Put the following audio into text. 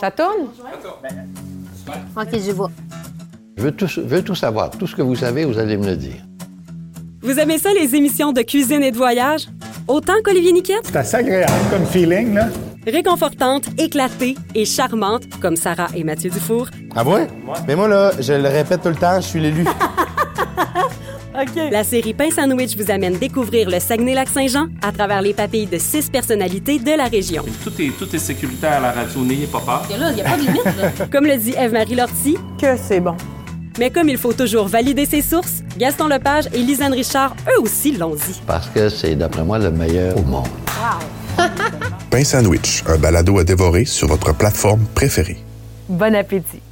Ça tourne Ok, je vois. Je veux tout, je veux tout savoir. Tout ce que vous savez, vous allez me le dire. Vous aimez ça, les émissions de cuisine et de voyage? Autant qu'Olivier Niquette? C'est assez agréable comme feeling, là. Réconfortante, éclatée et charmante, comme Sarah et Mathieu Dufour, Ah ouais? Mais moi, là, je le répète tout le temps, je suis l'élu. la série Pain Sandwich vous amène découvrir le Saguenay-Lac-Saint-Jean à travers les papilles de six personnalités de la région. Tout est, tout est sécuritaire à la radio, n'ayez pas peur. Là, il n'y a pas de limite. Là. Comme le dit Ève-Marie Lortie, Que c'est bon. mais comme il faut toujours valider ses sources, Gaston Lepage et Lisanne Richard, eux aussi, l'ont dit. Parce que c'est, d'après moi, le meilleur au monde. Pain Sandwich, un balado à dévorer sur votre plateforme préférée. Bon appétit.